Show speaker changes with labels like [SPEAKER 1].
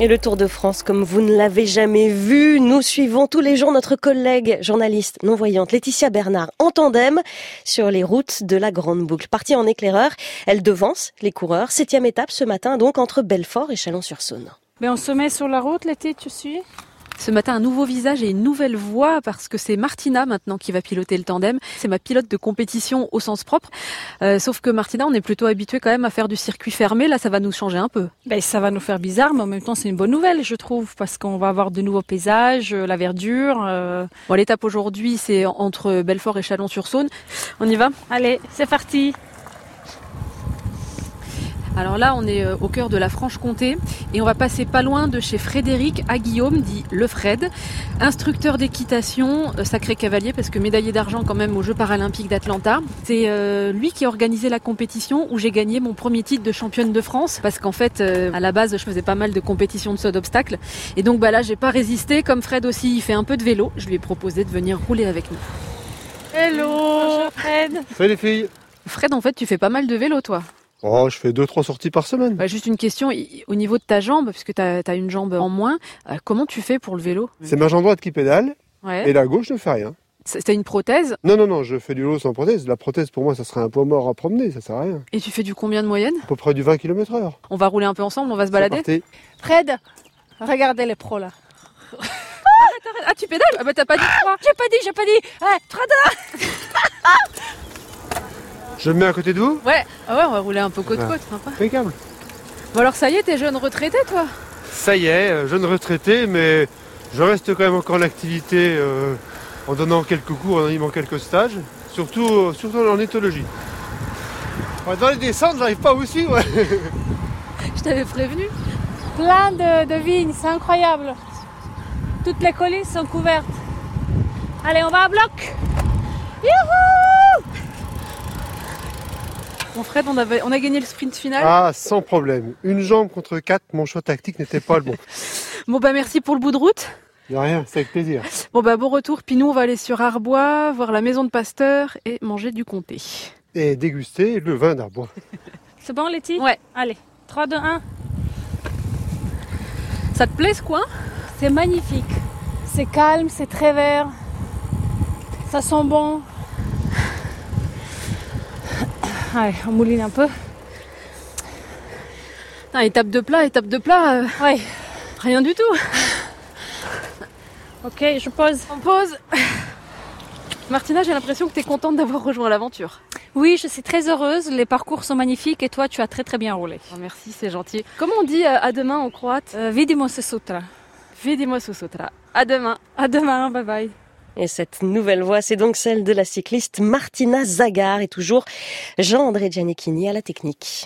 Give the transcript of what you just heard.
[SPEAKER 1] Et le Tour de France, comme vous ne l'avez jamais vu, nous suivons tous les jours notre collègue journaliste non-voyante Laetitia Bernard en tandem sur les routes de la Grande Boucle. Partie en éclaireur, elle devance les coureurs. Septième étape ce matin, donc entre Belfort et Chalon-sur-Saône.
[SPEAKER 2] Mais on se met sur la route, Laetitia, tu suis
[SPEAKER 3] ce matin, un nouveau visage et une nouvelle voix parce que c'est Martina maintenant qui va piloter le tandem. C'est ma pilote de compétition au sens propre. Euh, sauf que Martina, on est plutôt habitué quand même à faire du circuit fermé. Là, ça va nous changer un peu.
[SPEAKER 2] Ben, ça va nous faire bizarre, mais en même temps, c'est une bonne nouvelle, je trouve, parce qu'on va avoir de nouveaux paysages, euh, la verdure. euh,
[SPEAKER 3] Bon, L'étape aujourd'hui, c'est entre Belfort et Chalon-sur-Saône. On y va
[SPEAKER 2] Allez, c'est parti.
[SPEAKER 3] Alors là, on est euh, au cœur de la Franche-Comté et on va passer pas loin de chez Frédéric à Guillaume, dit Le Fred, instructeur d'équitation, euh, sacré cavalier parce que médaillé d'argent quand même aux Jeux paralympiques d'Atlanta. C'est euh, lui qui a organisé la compétition où j'ai gagné mon premier titre de championne de France parce qu'en fait, euh, à la base, je faisais pas mal de compétitions de saut d'obstacle et donc bah là, j'ai pas résisté. Comme Fred aussi, il fait un peu de vélo, je lui ai proposé de venir rouler avec nous.
[SPEAKER 2] Hello, Fred.
[SPEAKER 4] Salut les filles
[SPEAKER 3] Fred, en fait, tu fais pas mal de vélo, toi.
[SPEAKER 4] Oh, je fais 2-3 sorties par semaine.
[SPEAKER 3] Bah, juste une question, i- au niveau de ta jambe, puisque tu as, une jambe en moins, euh, comment tu fais pour le vélo
[SPEAKER 4] C'est ma jambe droite qui pédale
[SPEAKER 3] Ouais.
[SPEAKER 4] et la gauche ne fait rien.
[SPEAKER 3] C'est- T'as une prothèse
[SPEAKER 4] Non, non, non, je fais du vélo sans prothèse. La prothèse, pour moi, ça serait un poids mort à promener, ça sert à rien.
[SPEAKER 3] et tu fais du combien de moyenne
[SPEAKER 4] À peu près du 20 km heure.
[SPEAKER 3] On va rouler un peu ensemble, on va se balader.
[SPEAKER 2] Fred, regardez les pros là.
[SPEAKER 3] Ah, tu pédales Ah bah t'as pas dit trois
[SPEAKER 2] J'ai pas dit, j'ai pas dit. Ouais, trois, deux.
[SPEAKER 4] Je me mets à côté de vous
[SPEAKER 3] Ouais, ah ouais, on va rouler un peu
[SPEAKER 4] Ouais.
[SPEAKER 3] côte-côte, sympa.
[SPEAKER 4] Impeccable.
[SPEAKER 3] Bon alors ça y est, t'es jeune retraité toi
[SPEAKER 4] Ça y est, euh, jeune retraité, mais je reste quand même encore en activité euh, en donnant quelques cours, en animant quelques stages, surtout, euh, surtout en ornithologie. Ouais, Dans les descentes, j'arrive pas aussi, ouais.
[SPEAKER 3] Je t'avais prévenu.
[SPEAKER 2] Plein de, de vignes, c'est incroyable. Toutes les collines sont couvertes. Allez, on va à bloc.
[SPEAKER 3] Bon Fred, on, avait, on a gagné le sprint final.
[SPEAKER 4] Ah, sans problème. Une jambe contre quatre, mon choix tactique n'était pas le bon.
[SPEAKER 3] Bon bah merci pour le bout de route.
[SPEAKER 4] De rien, c'est avec plaisir.
[SPEAKER 3] Bon bah bon retour, puis nous on va aller sur Arbois, voir la maison de Pasteur et manger du comté.
[SPEAKER 4] Et déguster le vin d'arbois.
[SPEAKER 2] C'est bon, Letty
[SPEAKER 3] Ouais.
[SPEAKER 2] Allez, 3, 2, 1.
[SPEAKER 3] Ça te plaît ce coin
[SPEAKER 2] C'est magnifique. C'est calme, c'est très vert. Ça sent bon. Allez, on mouline un peu.
[SPEAKER 3] Putain, Étape de plat, étape de plat, euh,
[SPEAKER 2] Ouais.
[SPEAKER 3] rien du tout.
[SPEAKER 2] Ok, je pose.
[SPEAKER 3] On pause. Martina, j'ai l'impression que tu es contente d'avoir rejoint l'aventure.
[SPEAKER 2] Oui, je suis très heureuse. Les parcours sont magnifiques et toi, tu as très très bien roulé.
[SPEAKER 3] Oh, merci, c'est gentil. Comment on dit euh, à demain en croate
[SPEAKER 2] Euh, Vidimo se sutra.
[SPEAKER 3] Vidimo susutra. À demain.
[SPEAKER 2] À demain, bye bye.
[SPEAKER 1] Et cette nouvelle voix, c'est donc celle de la cycliste Martina Zagar et toujours Jean-André Giannichini à la technique.